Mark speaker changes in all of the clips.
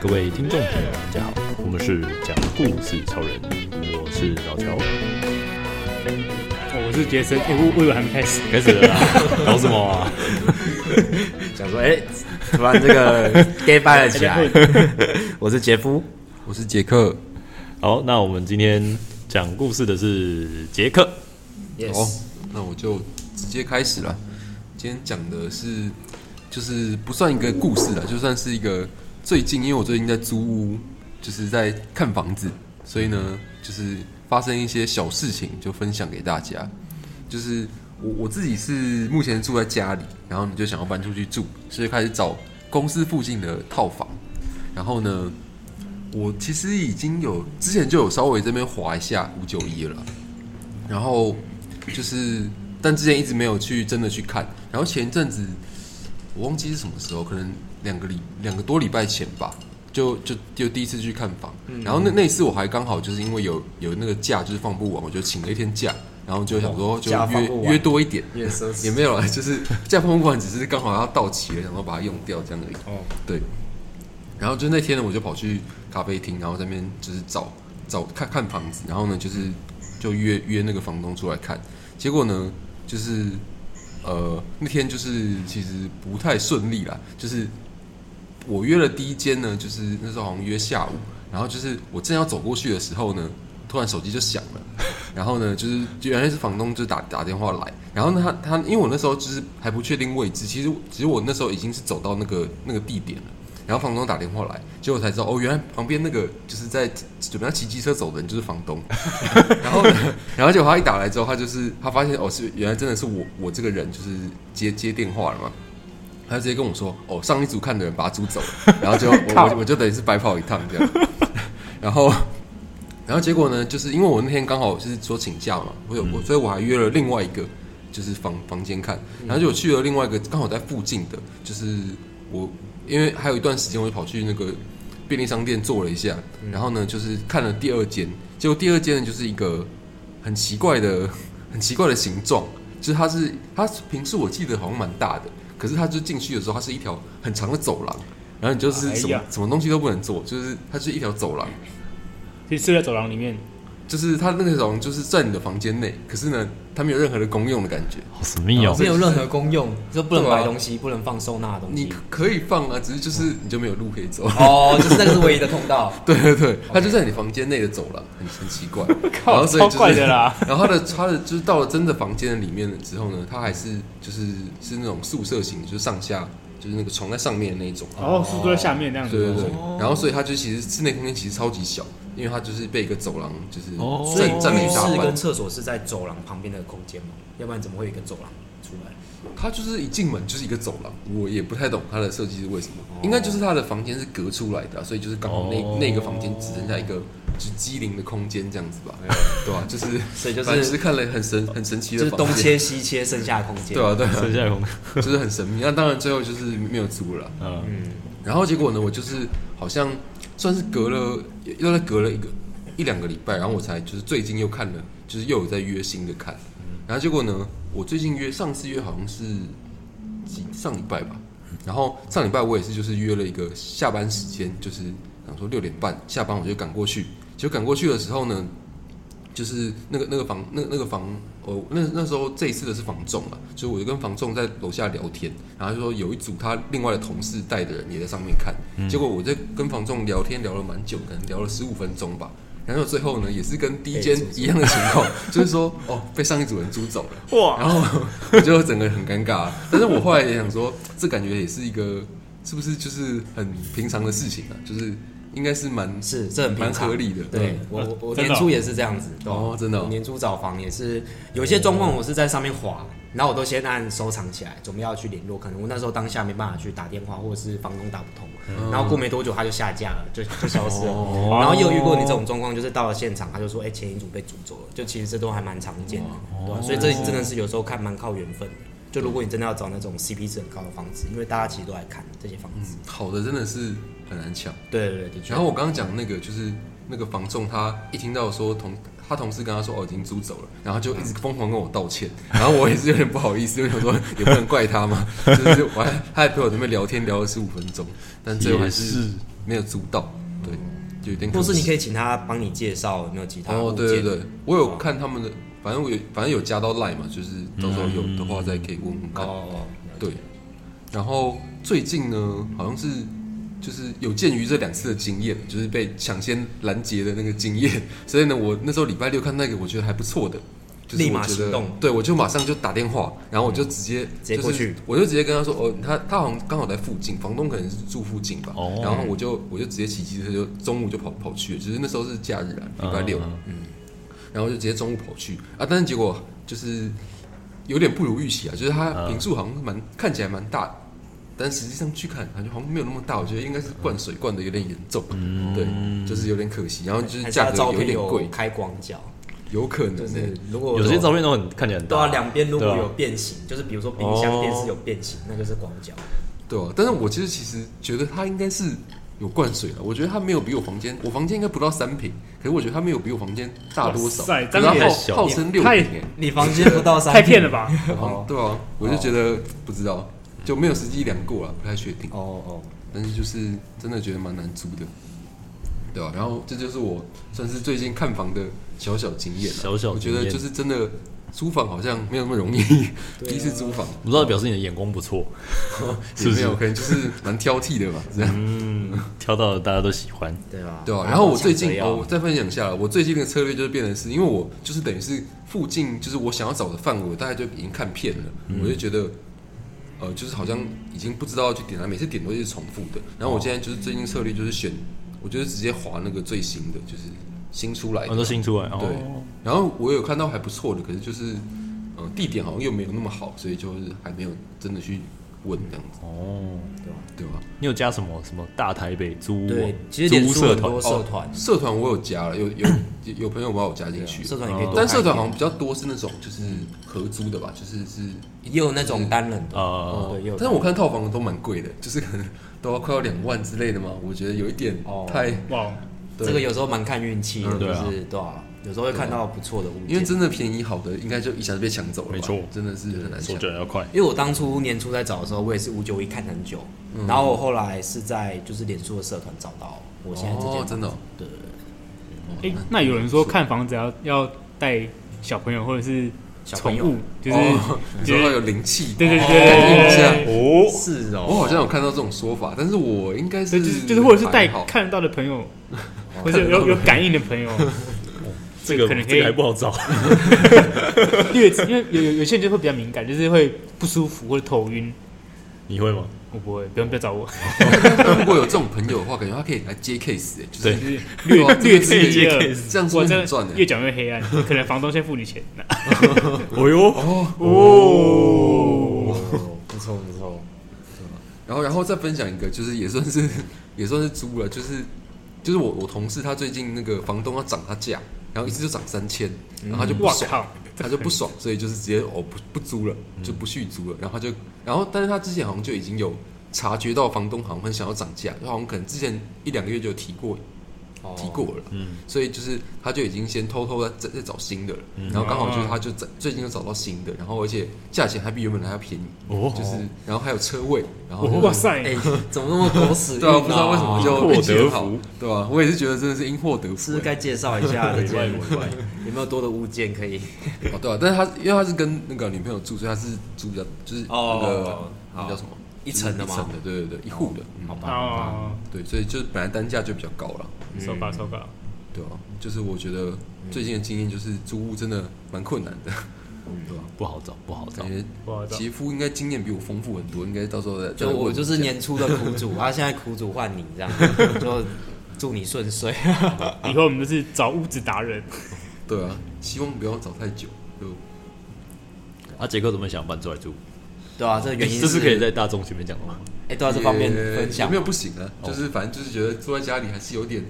Speaker 1: 各位听众朋友，大家好，我们是讲故事超人，我是老乔，
Speaker 2: 我是杰森，哎、我我以为还没开始。
Speaker 1: 开始了啦，搞什么啊？
Speaker 3: 想说，哎、突然这个 gay 掰了起来。 我是杰夫，
Speaker 4: 我是杰克，
Speaker 1: 好，那我们今天讲故事的是杰克，
Speaker 4: 哦，那我就直接开始了。今天讲的是，就是不算一个故事了，就算是一个最近，因为我最近在租屋，就是在看房子，所以呢，就是发生一些小事情，就分享给大家。就是我我自己是目前住在家里，然后你就想要搬出去住，所以开始找公司附近的套房。然后呢，我其实已经有之前就有稍微这边划一下五九一了啦，然后就是，但之前一直没有去真的去看。然后前一阵子我忘记是什么时候，可能两个礼两个多礼拜前吧，就就就第一次去看房。
Speaker 3: 嗯
Speaker 4: 然后那那一次我还刚好就是因为有有那个假就是放不完，我就请了一天假，然后就想说就
Speaker 3: 哦假放不完
Speaker 4: 约约多一点，
Speaker 3: 也是
Speaker 4: 也没有啦，就是 架风管只是刚好要到期了，想说把它用掉这样而已。
Speaker 2: 哦，
Speaker 4: 对。然后就那天呢，我就跑去咖啡厅，然后在那边就是找找看看房子，然后呢就是就约约那个房东出来看，结果呢就是呃那天就是其实不太顺利啦，就是我约了第一间呢，就是那时候好像约下午，然后就是我正要走过去的时候呢，突然手机就响了。然后呢，就是就原来是房东就打打电话来，然后呢，他他因为我那时候就是还不确定位置，其实其实我那时候已经是走到那个那个地点了，然后房东打电话来，结果我才知道哦，原来旁边那个就是在准备要骑机车走的人就是房东， 然后呢，然后结果他一打来之后，他就是他发现哦是原来真的是我我这个人就是接接电话了嘛。他直接跟我说：“哦，上一组看的人把他租走了，然后就我我我就等于是白跑一趟这样。然后 然后结果呢，就是因为我那天刚好是说请假嘛，我
Speaker 2: 嗯
Speaker 4: 有我，所以我还约了另外一个就是房房间看，
Speaker 2: 嗯
Speaker 4: 然后就去了另外一个刚好在附近的，就是我因为还有一段时间，我就跑去那个便利商店坐了一下，
Speaker 2: 嗯
Speaker 4: 然后呢就是看了第二间，结果第二间呢就是一个很奇怪的 很奇怪的形状，就是它是它平时我记得好像蛮大的，可是它就进去的时候，它是一条很长的走廊，然后你就是什
Speaker 2: 哎
Speaker 4: 么、
Speaker 2: 呀
Speaker 4: 什么东西都不能做，就是它是一条走廊。
Speaker 2: 其实是在走廊里面，
Speaker 4: 就是它那个种就是在你的房间内，可是呢，它没有任何的功用的感觉。
Speaker 1: 好神秘哦
Speaker 3: 没，有任何功用，就不能
Speaker 4: 对啊
Speaker 3: 买东西，不能放收纳的东
Speaker 4: 你
Speaker 3: 西
Speaker 4: 可。可以放啊，只是就是你就没有路可以走。
Speaker 3: 哦，就是那个是唯一的通 道。
Speaker 4: 对对对，它就在你房间内的走廊，很很奇怪。然
Speaker 2: 靠，
Speaker 4: 后所以
Speaker 2: 超
Speaker 4: 就是
Speaker 2: 怪的啦。
Speaker 4: 然后他的他的就是到了真的房间里面了之后呢，他还是就是是那种宿舍型，就是上下就是那个床在上面的那一种。
Speaker 2: 然后书桌在下面那样子，
Speaker 4: 对对对，然后所以它就其实室内空间其实超级小，因为它就是被一个走廊就是
Speaker 1: 哦
Speaker 3: 所以
Speaker 4: 占占了
Speaker 3: 浴
Speaker 4: 一大
Speaker 3: 室
Speaker 4: 半
Speaker 3: 跟。厕所是在走廊旁边的空间嘛，要不然怎么会有一个走廊出来？
Speaker 4: 它就是一进门就是一个走廊，我也不太懂它的设计是为什么，
Speaker 3: 哦
Speaker 4: 应该就是它的房间是隔出来的啊、所以就是刚好那、
Speaker 1: 哦
Speaker 4: 那个房间只剩下一个就是机灵的空间这样子吧，对吧、就是
Speaker 3: 所以哎就
Speaker 4: 反正就是
Speaker 3: 是
Speaker 4: 看了很神很神奇
Speaker 3: 就是
Speaker 4: 的房
Speaker 3: 东
Speaker 4: 间，
Speaker 3: 切西切剩下的空间。
Speaker 4: 对啊对
Speaker 1: 剩
Speaker 4: 啊，
Speaker 1: 下有，
Speaker 4: 就是很神秘。那当然最后就是没有租了啦，
Speaker 1: 嗯，
Speaker 4: 然后结果呢，我就是好像算是隔了，又在隔了一个一两个礼拜，然后我才就是最近又看了，就是又有在约新的看。然后结果呢，我最近约上次约好像是几上礼拜吧，然后上礼拜我也是就是约了一个下班时间，就是想说六点半下班我就赶过去，结果赶过去的时候呢，就是那个那个房那那个房哦，那那时候这一次的是房仲啊，所以我就跟房仲在楼下聊天，然后就说有一组他另外的同事带的人也在上面看，结果我在跟房仲聊天聊了蛮久，可能聊了十五分钟吧。然后最后呢，也是跟第一间一样的情况，就是说，哦，被上一组人租走了，
Speaker 2: 哇，
Speaker 4: 然后我就整个很尴尬。但是我后来也想说，这感觉也是一个，是不是就是很平常的事情啊？就是应该是蛮
Speaker 3: 是，这很平
Speaker 4: 蛮
Speaker 3: 常
Speaker 4: 合理的
Speaker 3: 对
Speaker 4: 嗯
Speaker 3: 我我我
Speaker 2: 真的
Speaker 3: 年
Speaker 2: 哦
Speaker 3: 初也是这样子，对吧
Speaker 4: 哦真的哦
Speaker 3: 我年初找房也是有一些状况，我是在上面划，然后我都先按收藏起来，准备要去联络。可能我那时候当下没办法去打电话，或者是房东打不
Speaker 4: 嗯
Speaker 3: 通，然后过没多久他就下架了，就就消失了。
Speaker 4: 哦
Speaker 3: 然后又遇过你这种状况，就是到了现场他就说，哎，前一组被煮走了，就其实这都还蛮常见的，对啊
Speaker 4: 哦
Speaker 3: 吧所以这真的是有时候看蛮靠缘分的。就如果你真的要找那种 CP 值很高的房子，因为大家其实都来看这些房子。
Speaker 4: 好的真的是很难抢。
Speaker 3: 对对对，的确
Speaker 4: 然后我刚刚讲那个就是那个房仲，他一听到说同他同事跟他说哦已经租走了，然后就一直疯狂跟我道歉，然后我也是有点不好意思，我想说也不能怪他嘛， 就是我还他还陪我这边聊天聊了十五分钟，但
Speaker 1: 嗯
Speaker 4: 最后还
Speaker 1: 也是
Speaker 4: 是没有租到，对，就有点 可
Speaker 3: 或
Speaker 4: 惜。
Speaker 3: 是你可以请他帮你介绍有没有其他哦
Speaker 4: 哦
Speaker 3: 物，件。
Speaker 4: 对对对，我有看他们的，反正我有反正有加到 line 嘛，就是到时候有的话再可以问问看。
Speaker 3: 哦，
Speaker 4: 对，然后最近呢，好像是就是有鉴于这两次的经验，就是被抢先拦截的那个经验，所以呢，我那时候礼拜六看那个，我觉得还不错的。就是
Speaker 3: 立马
Speaker 4: 我觉
Speaker 3: 行
Speaker 4: 得
Speaker 3: 动，
Speaker 4: 对我就马上就打电话，然后我就直接、
Speaker 3: 直接
Speaker 4: 就是
Speaker 3: 过去
Speaker 4: 我就直接跟他说，哦，他他好像刚好在附近，房东可能是住附近吧，
Speaker 1: 哦
Speaker 4: 然后我就我就直接骑机车就中午就跑跑去了，就是那时候是假日啊，礼拜六，
Speaker 1: 嗯嗯
Speaker 4: 然后就直接中午跑去啊，但是结果就是有点不如预期啊，就是它
Speaker 1: 嗯
Speaker 4: 平数好像蛮看起来蛮大的，但实际上去看感觉好像没有那么大，我觉得应该是灌水灌的有点严重，对，就是有点可惜，然后就是
Speaker 3: 还是
Speaker 4: 价
Speaker 3: 他
Speaker 4: 格
Speaker 3: 照
Speaker 4: 有
Speaker 3: 片
Speaker 4: 点贵
Speaker 3: 有，开广角，
Speaker 4: 有可能
Speaker 3: 就
Speaker 4: 呢
Speaker 3: 是如果
Speaker 1: 有些照片都很看起来很
Speaker 3: 对啊，
Speaker 1: 大，
Speaker 3: 两边如果
Speaker 1: 对啊
Speaker 3: 有变形，就是比如说冰
Speaker 4: 哦
Speaker 3: 箱、电视有变形，那就是广 角。
Speaker 4: 对啊，但是我其实其实觉得它应该是有灌水了，我觉得它没有比我房间，我房间应该不到三平，可是我觉得它没有比我房间大多少，
Speaker 2: 哇塞
Speaker 4: 可是
Speaker 2: 这样也
Speaker 4: 它
Speaker 1: 小
Speaker 4: 号号称六平
Speaker 2: 太
Speaker 4: 哎。
Speaker 3: 你房间不到三，
Speaker 2: 太骗了吧？
Speaker 4: 哦，对啊，我就觉得不知道，就没有实际量过了，啊不太确定。
Speaker 3: 哦哦，
Speaker 4: 但是就是真的觉得蛮难租的，对啊，然后这就是我算是最近看房的小小经验啦。啊
Speaker 1: 小小
Speaker 4: 我觉
Speaker 1: 经验
Speaker 4: 得就是真的租房好像没有那么容易， 第一次租房
Speaker 1: 不知道表示你的眼光不错，是不
Speaker 4: 也
Speaker 1: 啊是
Speaker 4: 没有，可能就是蛮挑剔的吧，这样。
Speaker 1: 嗯，挑到了大家都喜欢，
Speaker 3: 对吧？
Speaker 4: 对啊，然后我最
Speaker 3: 抢着
Speaker 4: 近
Speaker 3: 要
Speaker 4: 哦，我再分享一下啦，我最近的策略就是变成是因为我就是等于是附近就是我想要找的范围，我大概就已经看遍了，
Speaker 1: 嗯
Speaker 4: 我就觉得呃，就是好像已经不知道去点哪，每次点都是重复的。然后我现在就是最近策略就是选，我就是直接划那个最新的，就是新出来的
Speaker 1: 很多新出来哦，
Speaker 4: 对，然后我有看到还不错的，可是就是呃地点好像又没有那么好，所以就是还没有真的去问这样子，
Speaker 1: 哦，
Speaker 4: 对吧？
Speaker 1: 你有加什么什么大台北租屋
Speaker 3: 对，其实
Speaker 1: 租
Speaker 3: 脸
Speaker 1: 屋
Speaker 3: 书
Speaker 1: 社
Speaker 3: 很
Speaker 1: 团
Speaker 3: 多社团
Speaker 4: 哦，社团我有加了，有 有有有朋友把我加进去，
Speaker 3: 社团也可以多看一点，
Speaker 4: 但社团好像比较多是那种就是合租的吧，就是是
Speaker 3: 也有那种单人的，
Speaker 1: 呃，
Speaker 3: 对，也有
Speaker 4: 但是我看套房都蛮贵的，就是可能都要快要两万之类的嘛，我觉得有一点
Speaker 3: 哦
Speaker 4: 太，
Speaker 2: 哇，
Speaker 4: 对
Speaker 3: 这个有时候蛮看运气的，
Speaker 1: 嗯对
Speaker 3: 就
Speaker 1: 啊
Speaker 3: 是对啊，有时候会看到不错的物件。
Speaker 4: 因为真的便宜好的应该就一下子被抢走了吧，
Speaker 1: 没错
Speaker 4: 真的是很难
Speaker 1: 说
Speaker 4: 抢。
Speaker 1: 起来要快，
Speaker 3: 因为我当初年初在找的时候，我也是五九一看很久，
Speaker 4: 嗯
Speaker 3: 然后我后来是在就是脸书的社团找到我现在这
Speaker 4: 哦，
Speaker 3: 间
Speaker 4: 真的哦
Speaker 3: 对对对
Speaker 2: 哎，那有人说看房子要要带小朋友或者是
Speaker 3: 小朋
Speaker 2: 宠
Speaker 3: 友
Speaker 2: 物，就是
Speaker 4: 哦你
Speaker 2: 就
Speaker 4: 说
Speaker 2: 是
Speaker 4: 它有灵气，
Speaker 2: 对对
Speaker 4: 哦
Speaker 2: 对
Speaker 4: 这
Speaker 2: 对对
Speaker 4: 样
Speaker 2: 对，
Speaker 1: 哦，
Speaker 3: 是哦，
Speaker 4: 我好像有看到这种说法，但是我应该
Speaker 2: 对
Speaker 4: 是
Speaker 2: 就是就是或者是带
Speaker 4: 还好
Speaker 2: 看得到的朋友，或者有有感应的 朋友，
Speaker 1: 这个
Speaker 2: 可能可
Speaker 1: 这
Speaker 2: 以
Speaker 1: 个还不好找，
Speaker 2: 略知，因为有有有些人就会比较敏感，就是会不舒服或者头晕。
Speaker 1: 你会吗？
Speaker 2: 我不会，不用不要找
Speaker 4: 哦
Speaker 2: 我，
Speaker 4: 如果有这种朋友的话，感觉他可以来接 case，哎，就是
Speaker 1: 对
Speaker 2: 就是
Speaker 4: 对啊这
Speaker 2: 略略
Speaker 4: 个
Speaker 2: 知一
Speaker 1: 接
Speaker 2: 二。
Speaker 1: case
Speaker 4: 这样
Speaker 2: 我
Speaker 4: 说
Speaker 2: 真
Speaker 4: 很赚
Speaker 2: 的越
Speaker 4: 哎。
Speaker 2: 讲越黑暗，可能房东先付你钱。
Speaker 1: 哦哟，
Speaker 4: 哦，
Speaker 2: 哦，
Speaker 3: 哦不错不错，
Speaker 4: 然后，然后再分享一个，就是也算是也算是租了，就是就是我我同事他最近那个房东要涨他价，然后一次就涨三千，然 后他就不
Speaker 2: 哇
Speaker 4: 爽，
Speaker 2: 靠，
Speaker 4: 他就不爽，所以就是直接哦不不租了，就不续租了。然后他就然后但是他之前好像就已经有察觉到房东好像很想要涨价，就好像可能之前一两个月就有提过
Speaker 3: 哦
Speaker 4: 提过了，
Speaker 1: 嗯
Speaker 4: 所以就是他就已经先偷偷的在在找新的了，然后刚好
Speaker 2: 哦
Speaker 4: 就是他就在最近又找到新的，然后而且价钱还比原本的还要便宜，
Speaker 1: 哦
Speaker 4: 就是然后还有车位，然后就
Speaker 2: 哇塞，
Speaker 3: 哎，怎么那么狗屎运
Speaker 4: 对啊，不知道为什么就运气很好
Speaker 1: 因祸得福，
Speaker 4: 对吧、我也是觉得真的是因祸得福、欸
Speaker 3: 是不是该介绍一下这
Speaker 1: 委 外
Speaker 3: 间
Speaker 1: 委外，
Speaker 3: 有没有多的物件可以？
Speaker 4: 哦，对啊，但是他因为他是跟那个女朋友住，所以他是住比较就是那个
Speaker 3: 哦
Speaker 4: 那个叫什么
Speaker 3: 一层的
Speaker 4: 一
Speaker 3: 嘛
Speaker 4: 层的，对对对，一户的，嗯
Speaker 3: 好吧，
Speaker 2: 哦，
Speaker 4: 对，所以就是本来单价就比较高了，
Speaker 2: 手稿手稿，
Speaker 4: 对啊，就是我觉得
Speaker 3: 嗯
Speaker 4: 最近的经验就是租屋真的蛮困难的，对吧、
Speaker 1: 不好找，不好找
Speaker 4: 感，觉
Speaker 2: 不好找
Speaker 4: 其夫应该经验比我丰富很多，应该到时候再
Speaker 3: 就
Speaker 4: 再
Speaker 3: 我
Speaker 4: 问一
Speaker 3: 就是
Speaker 4: 下
Speaker 3: 年初的苦 主，啊，现在苦主换你这样，就祝你顺 遂。
Speaker 2: 以后我们就是找屋子达人。
Speaker 4: 对啊，希望不要找太久，就
Speaker 1: 啊，杰克怎么想搬出来住？
Speaker 3: 对啊，这个原
Speaker 4: 哎
Speaker 3: 因
Speaker 1: 这是可以在大众前面讲的吗？
Speaker 3: 哎，对啊，这方面
Speaker 4: 也
Speaker 3: 分享哦
Speaker 4: 也没有不行啊，就是反正就是觉得坐在家里还是有点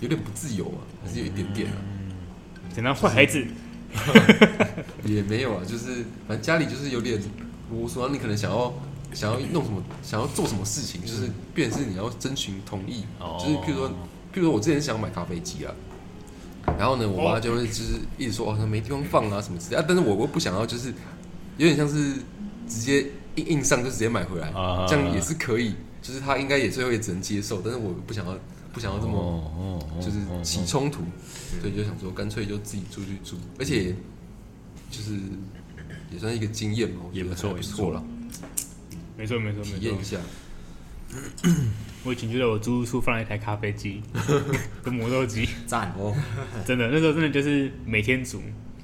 Speaker 4: 有点不自由啊，还是有一点点啊，
Speaker 2: 简单坏孩子，
Speaker 4: 也没有啊，就是反正家里就是有点啰嗦，你可能想要想要弄什么，想要做什么事情，就是变成是你要征询同意，
Speaker 1: 哦
Speaker 4: 就是譬如说譬如说我之前想买咖啡机啊，然后呢，我妈就会就是一直说哦，她没地方放啊什么之类的啊，但是我我不想要，就是有点像是直接硬硬上就直接买回来
Speaker 1: 啊，
Speaker 4: 这样也是可以，就是她应该也最后也只能接受，但是我不想要不想要这么
Speaker 1: 哦哦
Speaker 4: 就是起冲突，所以就想说干脆就自己出去住，而且就是也算是一个经验嘛，我觉得
Speaker 1: 也不错
Speaker 4: 还不错了，
Speaker 2: 没错没错
Speaker 4: 体
Speaker 2: 没
Speaker 4: 验一
Speaker 2: 错。
Speaker 4: 下。
Speaker 2: 我以前就在我租屋处放了一台咖啡机跟磨豆机，
Speaker 3: 赞
Speaker 4: 哦，
Speaker 2: 真的那时候真的就是每天煮，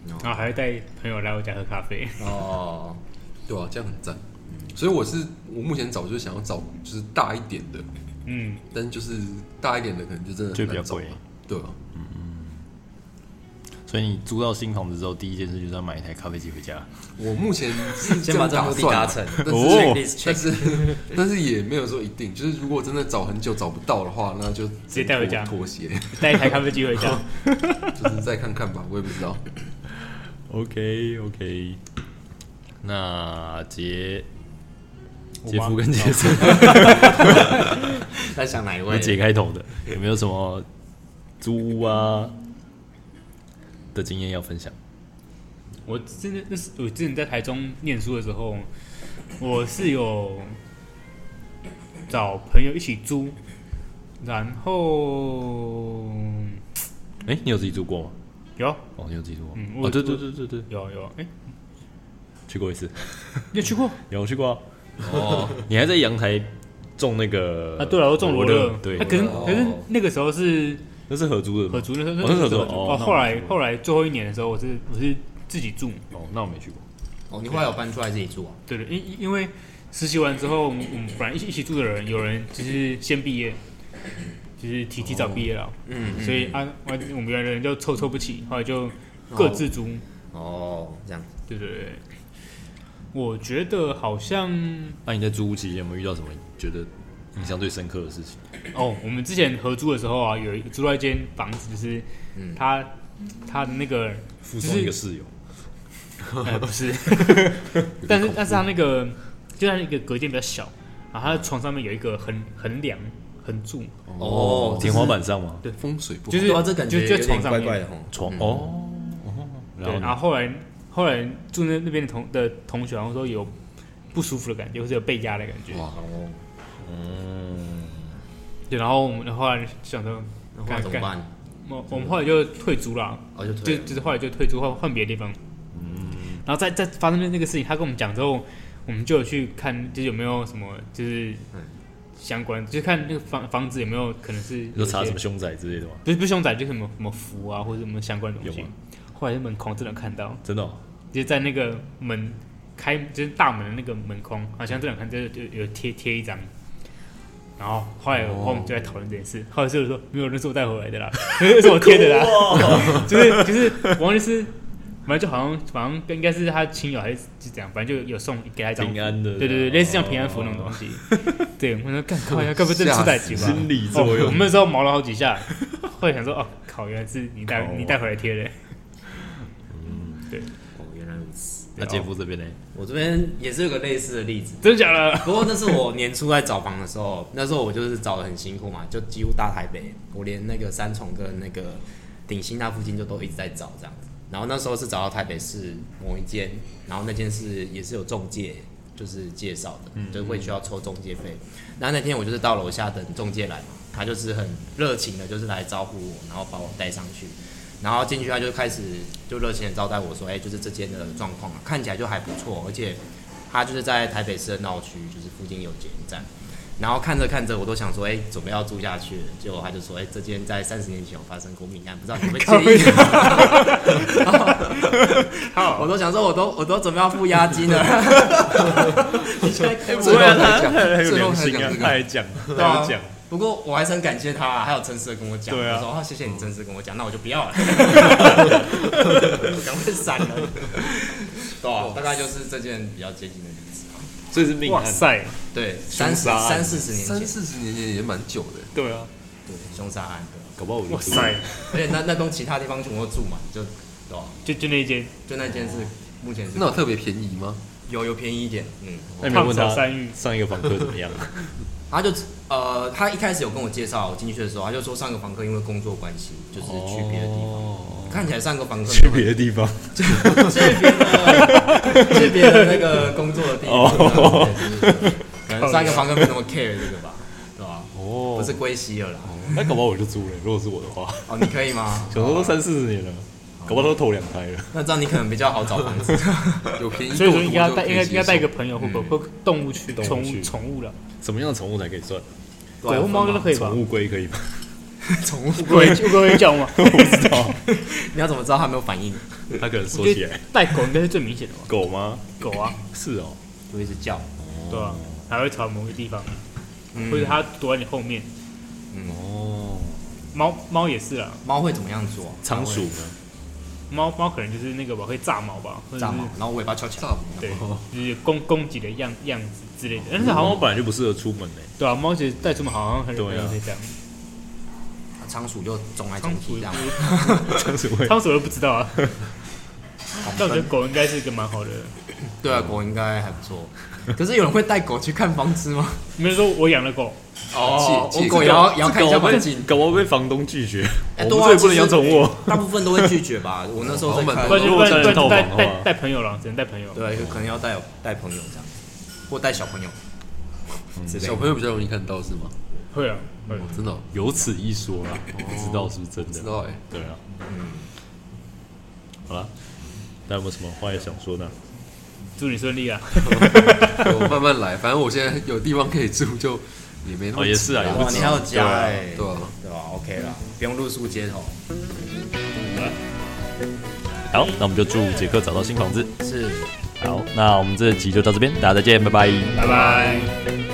Speaker 3: 哦
Speaker 2: 然后还会带朋友来我家喝咖啡。
Speaker 3: 哦，
Speaker 4: 对啊，这样很赞。所以我是我目前找就是想要找就是大一点的，
Speaker 2: 嗯，
Speaker 4: 但就是大一点的可能就真的
Speaker 1: 就比
Speaker 4: 很
Speaker 1: 较
Speaker 4: 难找
Speaker 1: 贵
Speaker 4: 嘛。对啊，
Speaker 1: 所以你租到新房子之后，第一件事就是要买一台咖啡机回家。
Speaker 4: 我目前是
Speaker 3: 先把
Speaker 4: 这样
Speaker 3: 这目的达
Speaker 4: 打
Speaker 3: 成
Speaker 4: 算啊但
Speaker 1: 哦
Speaker 3: Checklist,
Speaker 4: 是但是 但是也没有说一定，就是如果真的找很久找不到的话，那就直
Speaker 2: 接带回家
Speaker 4: 妥协，
Speaker 2: 带一台咖啡机回家。
Speaker 4: 就是再看看吧，我也不知道。
Speaker 1: OK OK，那杰
Speaker 2: 我哦
Speaker 1: 杰
Speaker 2: 吗
Speaker 1: 夫跟杰森，
Speaker 3: 在想哪一
Speaker 1: 我
Speaker 3: 位？
Speaker 1: 杰开头的，有没有什么租屋啊的经验要分享？
Speaker 2: 我真的那是我之前在台中念书的时候，我是有找朋友一起租，然后
Speaker 1: 哎、你有自己住过吗？
Speaker 2: 有
Speaker 1: 哦，你有自己住过？
Speaker 2: 嗯我
Speaker 1: 哦，
Speaker 2: 有
Speaker 1: 对
Speaker 2: 住
Speaker 1: 对对对对，
Speaker 2: 有有，哎、
Speaker 1: 去过一次，
Speaker 2: 你有去过？
Speaker 1: 有去过、啊。
Speaker 4: 哦，
Speaker 1: 你还在阳台种那个
Speaker 2: 啊，对了，我中
Speaker 1: 罗
Speaker 2: 罗勒，
Speaker 1: 对
Speaker 2: 啊，，可是
Speaker 4: 哦
Speaker 2: 可是那个时候是
Speaker 1: 那是合租的吗
Speaker 2: 合租，那时候
Speaker 1: 哦那是合租
Speaker 2: 合
Speaker 1: 哦
Speaker 2: 哦，
Speaker 1: 那
Speaker 2: 后
Speaker 1: 我
Speaker 2: 来
Speaker 1: 没去过
Speaker 2: 后来最后一年的时候，我是我是自己住，
Speaker 1: 哦，那我没去过。
Speaker 3: 哦，你后来有搬出来自己住啊？
Speaker 2: 对对，因因因为实习完之后，我们我们本来一起一起住的人，有人就是先毕业，就是提提早毕
Speaker 1: 哦
Speaker 2: 业了，
Speaker 3: 嗯，
Speaker 2: 所以啊，我我们原来的人就凑凑不齐，后来就各自租。
Speaker 3: 哦，这样
Speaker 2: 对对对，我觉得好像
Speaker 1: 那、你在租屋期间有没有遇到什么觉得印象最深刻的事情？
Speaker 2: 哦，我们之前合租的时候啊，有一租到一间房子，就是
Speaker 3: 嗯
Speaker 2: 他、他的那个
Speaker 1: 附
Speaker 2: 就
Speaker 1: 送
Speaker 2: 是
Speaker 1: 一个室友，
Speaker 2: 呃，不是，但是但是他那个就他那个隔间比较小，然后他的床上面有一个横横梁横柱，
Speaker 3: 哦
Speaker 1: 天花板上吗？
Speaker 4: 风水不好
Speaker 2: 就是
Speaker 3: 对啊，这感觉
Speaker 2: 就就
Speaker 3: 有点
Speaker 2: 床上
Speaker 3: 怪
Speaker 2: 面
Speaker 3: 怪的哦。
Speaker 1: 床、哦，哦然
Speaker 2: 对，啊
Speaker 1: 后
Speaker 2: 然
Speaker 1: 呢
Speaker 2: 后后来后来住那那边的同的同学，然后说有不舒服的感觉，或者有被压的感觉，
Speaker 4: 哇，
Speaker 3: 哦，
Speaker 2: 对，然后我们后来想说，
Speaker 3: 那后来怎么办？
Speaker 2: 我我们后来就退租了，
Speaker 3: 哦，就
Speaker 2: 就
Speaker 3: 退了。
Speaker 2: 就是后来就退租换换别的地方，嗯，然后再再发生那那个事情，他跟我们讲之后，我们就有去看，就是有没有什么就是
Speaker 3: 嗯
Speaker 2: 相关，就是看那个房房子有没有可能是
Speaker 1: 你说查
Speaker 2: 有一
Speaker 1: 什
Speaker 2: 些
Speaker 1: 么凶宅之类的吗？
Speaker 2: 不是不是凶宅，就是什么什么符啊，或者什么相关的东西
Speaker 1: 有吗。
Speaker 2: 后来在门框真的看到，
Speaker 1: 真的、哦，
Speaker 2: 就是在那个门开，就是大门的那个门框，好像这两看就就有贴贴一张。然后后来我们就在讨论这件
Speaker 1: 哦
Speaker 2: 事，后来就是说没有，那是我带回来的啦， 那是我贴 的
Speaker 1: 哦
Speaker 2: 啦，就是就是我忘记是，反正就好像好像应该是他亲友还是是怎样，反正就有送给他一张
Speaker 1: 平安的哦
Speaker 2: 对对对，类似像平安符那种东西。对，我 说干靠呀，该不会真的出代级吧？
Speaker 1: 吓死心理作用
Speaker 2: 哦我们那时候毛了好 几下，后来想说哦，靠，原来是你带
Speaker 1: 靠啊
Speaker 2: 你带回来贴的。对，
Speaker 3: 哦，原来如此。
Speaker 1: 那杰夫这边呢？
Speaker 3: 我这边也是有个类似的例子，
Speaker 2: 真的假的？
Speaker 3: 不过那是我年初在找房的时候，那时候我就是找的很辛苦嘛，就几乎大台北，我连那个三重跟那个鼎新那附近就都一直在找这样子。然后那时候是找到台北市某一间，然后那间是也是有中介，就是介绍的，就是会需要抽中介费。然后那天我就是到楼下等中介来嘛，他就是很热情的，就是来招呼我，然后把我带上去。然后进去，他就开始就热情的招待我说：“哎、就是这间的状况啊，看起来就还不错，而且它就是在台北市的闹区，就是附近有捷运站。然后看着看着，我都想说，哎、准备要住下去了。结果他就说，哎、这间在三十年前有发生过命案，不知道你会不 会介意？
Speaker 2: 好，
Speaker 3: 我都想说，我都我都准备要付押金了。你现在开
Speaker 4: 不
Speaker 3: 我
Speaker 4: 最会后啊才
Speaker 1: 他
Speaker 4: 讲
Speaker 1: 他很有
Speaker 4: 最后
Speaker 1: 良
Speaker 4: 才
Speaker 1: 心
Speaker 4: 讲
Speaker 1: 啊
Speaker 4: 这，个
Speaker 1: 他还讲，
Speaker 3: 对
Speaker 1: 他还
Speaker 3: 啊
Speaker 1: 讲，
Speaker 3: 不过我还是很感谢他、啊，还有诚实的跟我讲，
Speaker 1: 对啊
Speaker 3: 我说哦，谢谢你诚实地跟我讲，那我就 不要了，赶快闪了。对啊，大概就是这件比较接近的例子啊。
Speaker 1: 所以是命
Speaker 2: 哇
Speaker 1: 案。
Speaker 2: 塞，
Speaker 3: 对，三十
Speaker 1: 凶杀案
Speaker 3: 三四十年前
Speaker 4: 三，四十年前也蛮久的，
Speaker 2: 对啊，
Speaker 3: 对，凶杀案，对啊
Speaker 1: 搞不好我就
Speaker 2: 哇塞，
Speaker 3: 而且那那栋其他地方全部都住满，就对啊，
Speaker 2: 就就那一间
Speaker 3: 就那间是目前是
Speaker 4: 那有特别便宜吗？
Speaker 3: 有有便宜一点，嗯，
Speaker 1: 那你有问他
Speaker 2: 胖嫂三玉
Speaker 1: 上一个房客怎么样？
Speaker 3: 他就呃，他一开始有跟我介绍，我进去的时候他就说上个房客因为工作关系，就是
Speaker 1: 哦
Speaker 3: 去别的地方，看起来上个房客
Speaker 1: 去别的地方，
Speaker 3: 去别的去别的那个工作的地方，
Speaker 1: 哦
Speaker 3: 对对对可能上一个房客没那么 care 这个吧，对吧？
Speaker 1: 哦
Speaker 3: 不是归西了啦，
Speaker 1: 那搞不好我就租了，如果是我的话，
Speaker 3: 哦，你可以吗？
Speaker 1: 小时候都三四十年了，搞不好都投两胎了。
Speaker 3: 那这样你可能比较好找房子，
Speaker 4: 有便宜够
Speaker 2: 所以说
Speaker 4: 多
Speaker 2: 应
Speaker 4: 就
Speaker 2: 该要带，
Speaker 4: 可
Speaker 2: 应该
Speaker 4: 接
Speaker 2: 应该带一
Speaker 4: 受
Speaker 2: 个朋友或
Speaker 4: 嗯
Speaker 2: 或动物区、
Speaker 1: 动物
Speaker 2: 宠
Speaker 1: 区
Speaker 2: 物宠物了，
Speaker 1: 什么样的宠物才可以算？
Speaker 2: 狗
Speaker 3: 啊
Speaker 2: 或猫都可以吧
Speaker 1: 宠？物龟可以 吗？
Speaker 3: 宠物
Speaker 2: 乌 龟乌龟会叫吗？
Speaker 1: 我不知道，
Speaker 3: 你要怎么知道他有没有反应？
Speaker 1: 它可能缩
Speaker 2: 我
Speaker 1: 起
Speaker 2: 觉得
Speaker 1: 来。
Speaker 2: 带狗应该是最明显的吧？
Speaker 1: 狗吗？
Speaker 2: 狗啊，
Speaker 1: 是哦，
Speaker 3: 就一直叫，
Speaker 2: 对啊，还会朝某个地方，
Speaker 3: 嗯
Speaker 2: 或者它躲在你后面。
Speaker 1: 哦，
Speaker 2: 猫猫也是啦，
Speaker 3: 猫会怎么样做？
Speaker 1: 仓鼠呢？
Speaker 2: 猫猫可能就是那个吧，会炸毛吧，或者
Speaker 3: 炸毛
Speaker 2: 是，
Speaker 3: 然后尾巴翘起来。
Speaker 2: 对，
Speaker 1: 哦
Speaker 2: 就是攻攻击的样样子之类的。但
Speaker 1: 但
Speaker 2: 是
Speaker 1: 是好
Speaker 2: 好
Speaker 1: 像
Speaker 2: 像
Speaker 1: 本来就不适合出门诶。
Speaker 2: 对啊，猫其实带出门好像很容
Speaker 1: 对啊
Speaker 2: 易会这样。
Speaker 3: 仓鼠就总来
Speaker 2: 仓
Speaker 3: 总
Speaker 2: 鼠
Speaker 3: 去这样，
Speaker 1: 仓鼠会
Speaker 2: 仓鼠都不知道 啊，
Speaker 3: 狂
Speaker 2: 但我觉得
Speaker 3: 奔
Speaker 2: 狗应该是一个蛮好的。
Speaker 3: 对啊，狗应该还不错。可是有人会带狗去看房子吗？
Speaker 2: 没人说我养了狗，
Speaker 3: 哦，
Speaker 4: 借
Speaker 3: 我
Speaker 4: 借
Speaker 3: 狗也要也要看一下环境。
Speaker 1: 狗会被房东拒绝，
Speaker 3: 哎
Speaker 1: 我们
Speaker 3: 对啊
Speaker 1: 这里不能
Speaker 3: 其实
Speaker 1: 养宠物。
Speaker 3: 大部分都会拒绝吧。 我那时候在
Speaker 4: 好
Speaker 3: 看
Speaker 4: 蛮，
Speaker 2: 不然
Speaker 4: 多
Speaker 2: 就
Speaker 1: 如
Speaker 2: 不
Speaker 1: 果
Speaker 2: 然
Speaker 1: 真的
Speaker 2: 就
Speaker 1: 套
Speaker 2: 带
Speaker 1: 房的
Speaker 2: 带
Speaker 1: 话
Speaker 2: 带朋友了，只能带朋友。
Speaker 3: 对，可能要带带朋友这样，或带小朋友
Speaker 1: 嗯
Speaker 3: 之类
Speaker 4: 小
Speaker 3: 的。
Speaker 4: 朋友比较容易看到是吗？
Speaker 2: 会啊，会。
Speaker 4: 真的哦
Speaker 1: 有此一说啦，
Speaker 3: 哦
Speaker 1: 不知道是不是真的？
Speaker 4: 不知道哎
Speaker 1: 对啊，
Speaker 3: 嗯
Speaker 1: 好了，大家有没有什么话要想说呢？
Speaker 2: 祝你顺利啊！
Speaker 4: 我慢慢来，反正我现在有地方可以住，就也没那么
Speaker 1: 哦也是啊
Speaker 4: 急
Speaker 1: 也
Speaker 3: 哇，你还有家哎，
Speaker 4: 对啊
Speaker 3: 对吧？OK 了，不用露宿街头。
Speaker 1: 好，那我们就祝杰克找到新房子。
Speaker 3: 是。
Speaker 1: 好，那我们这集就到这边，大家再见，拜拜。
Speaker 2: 拜拜。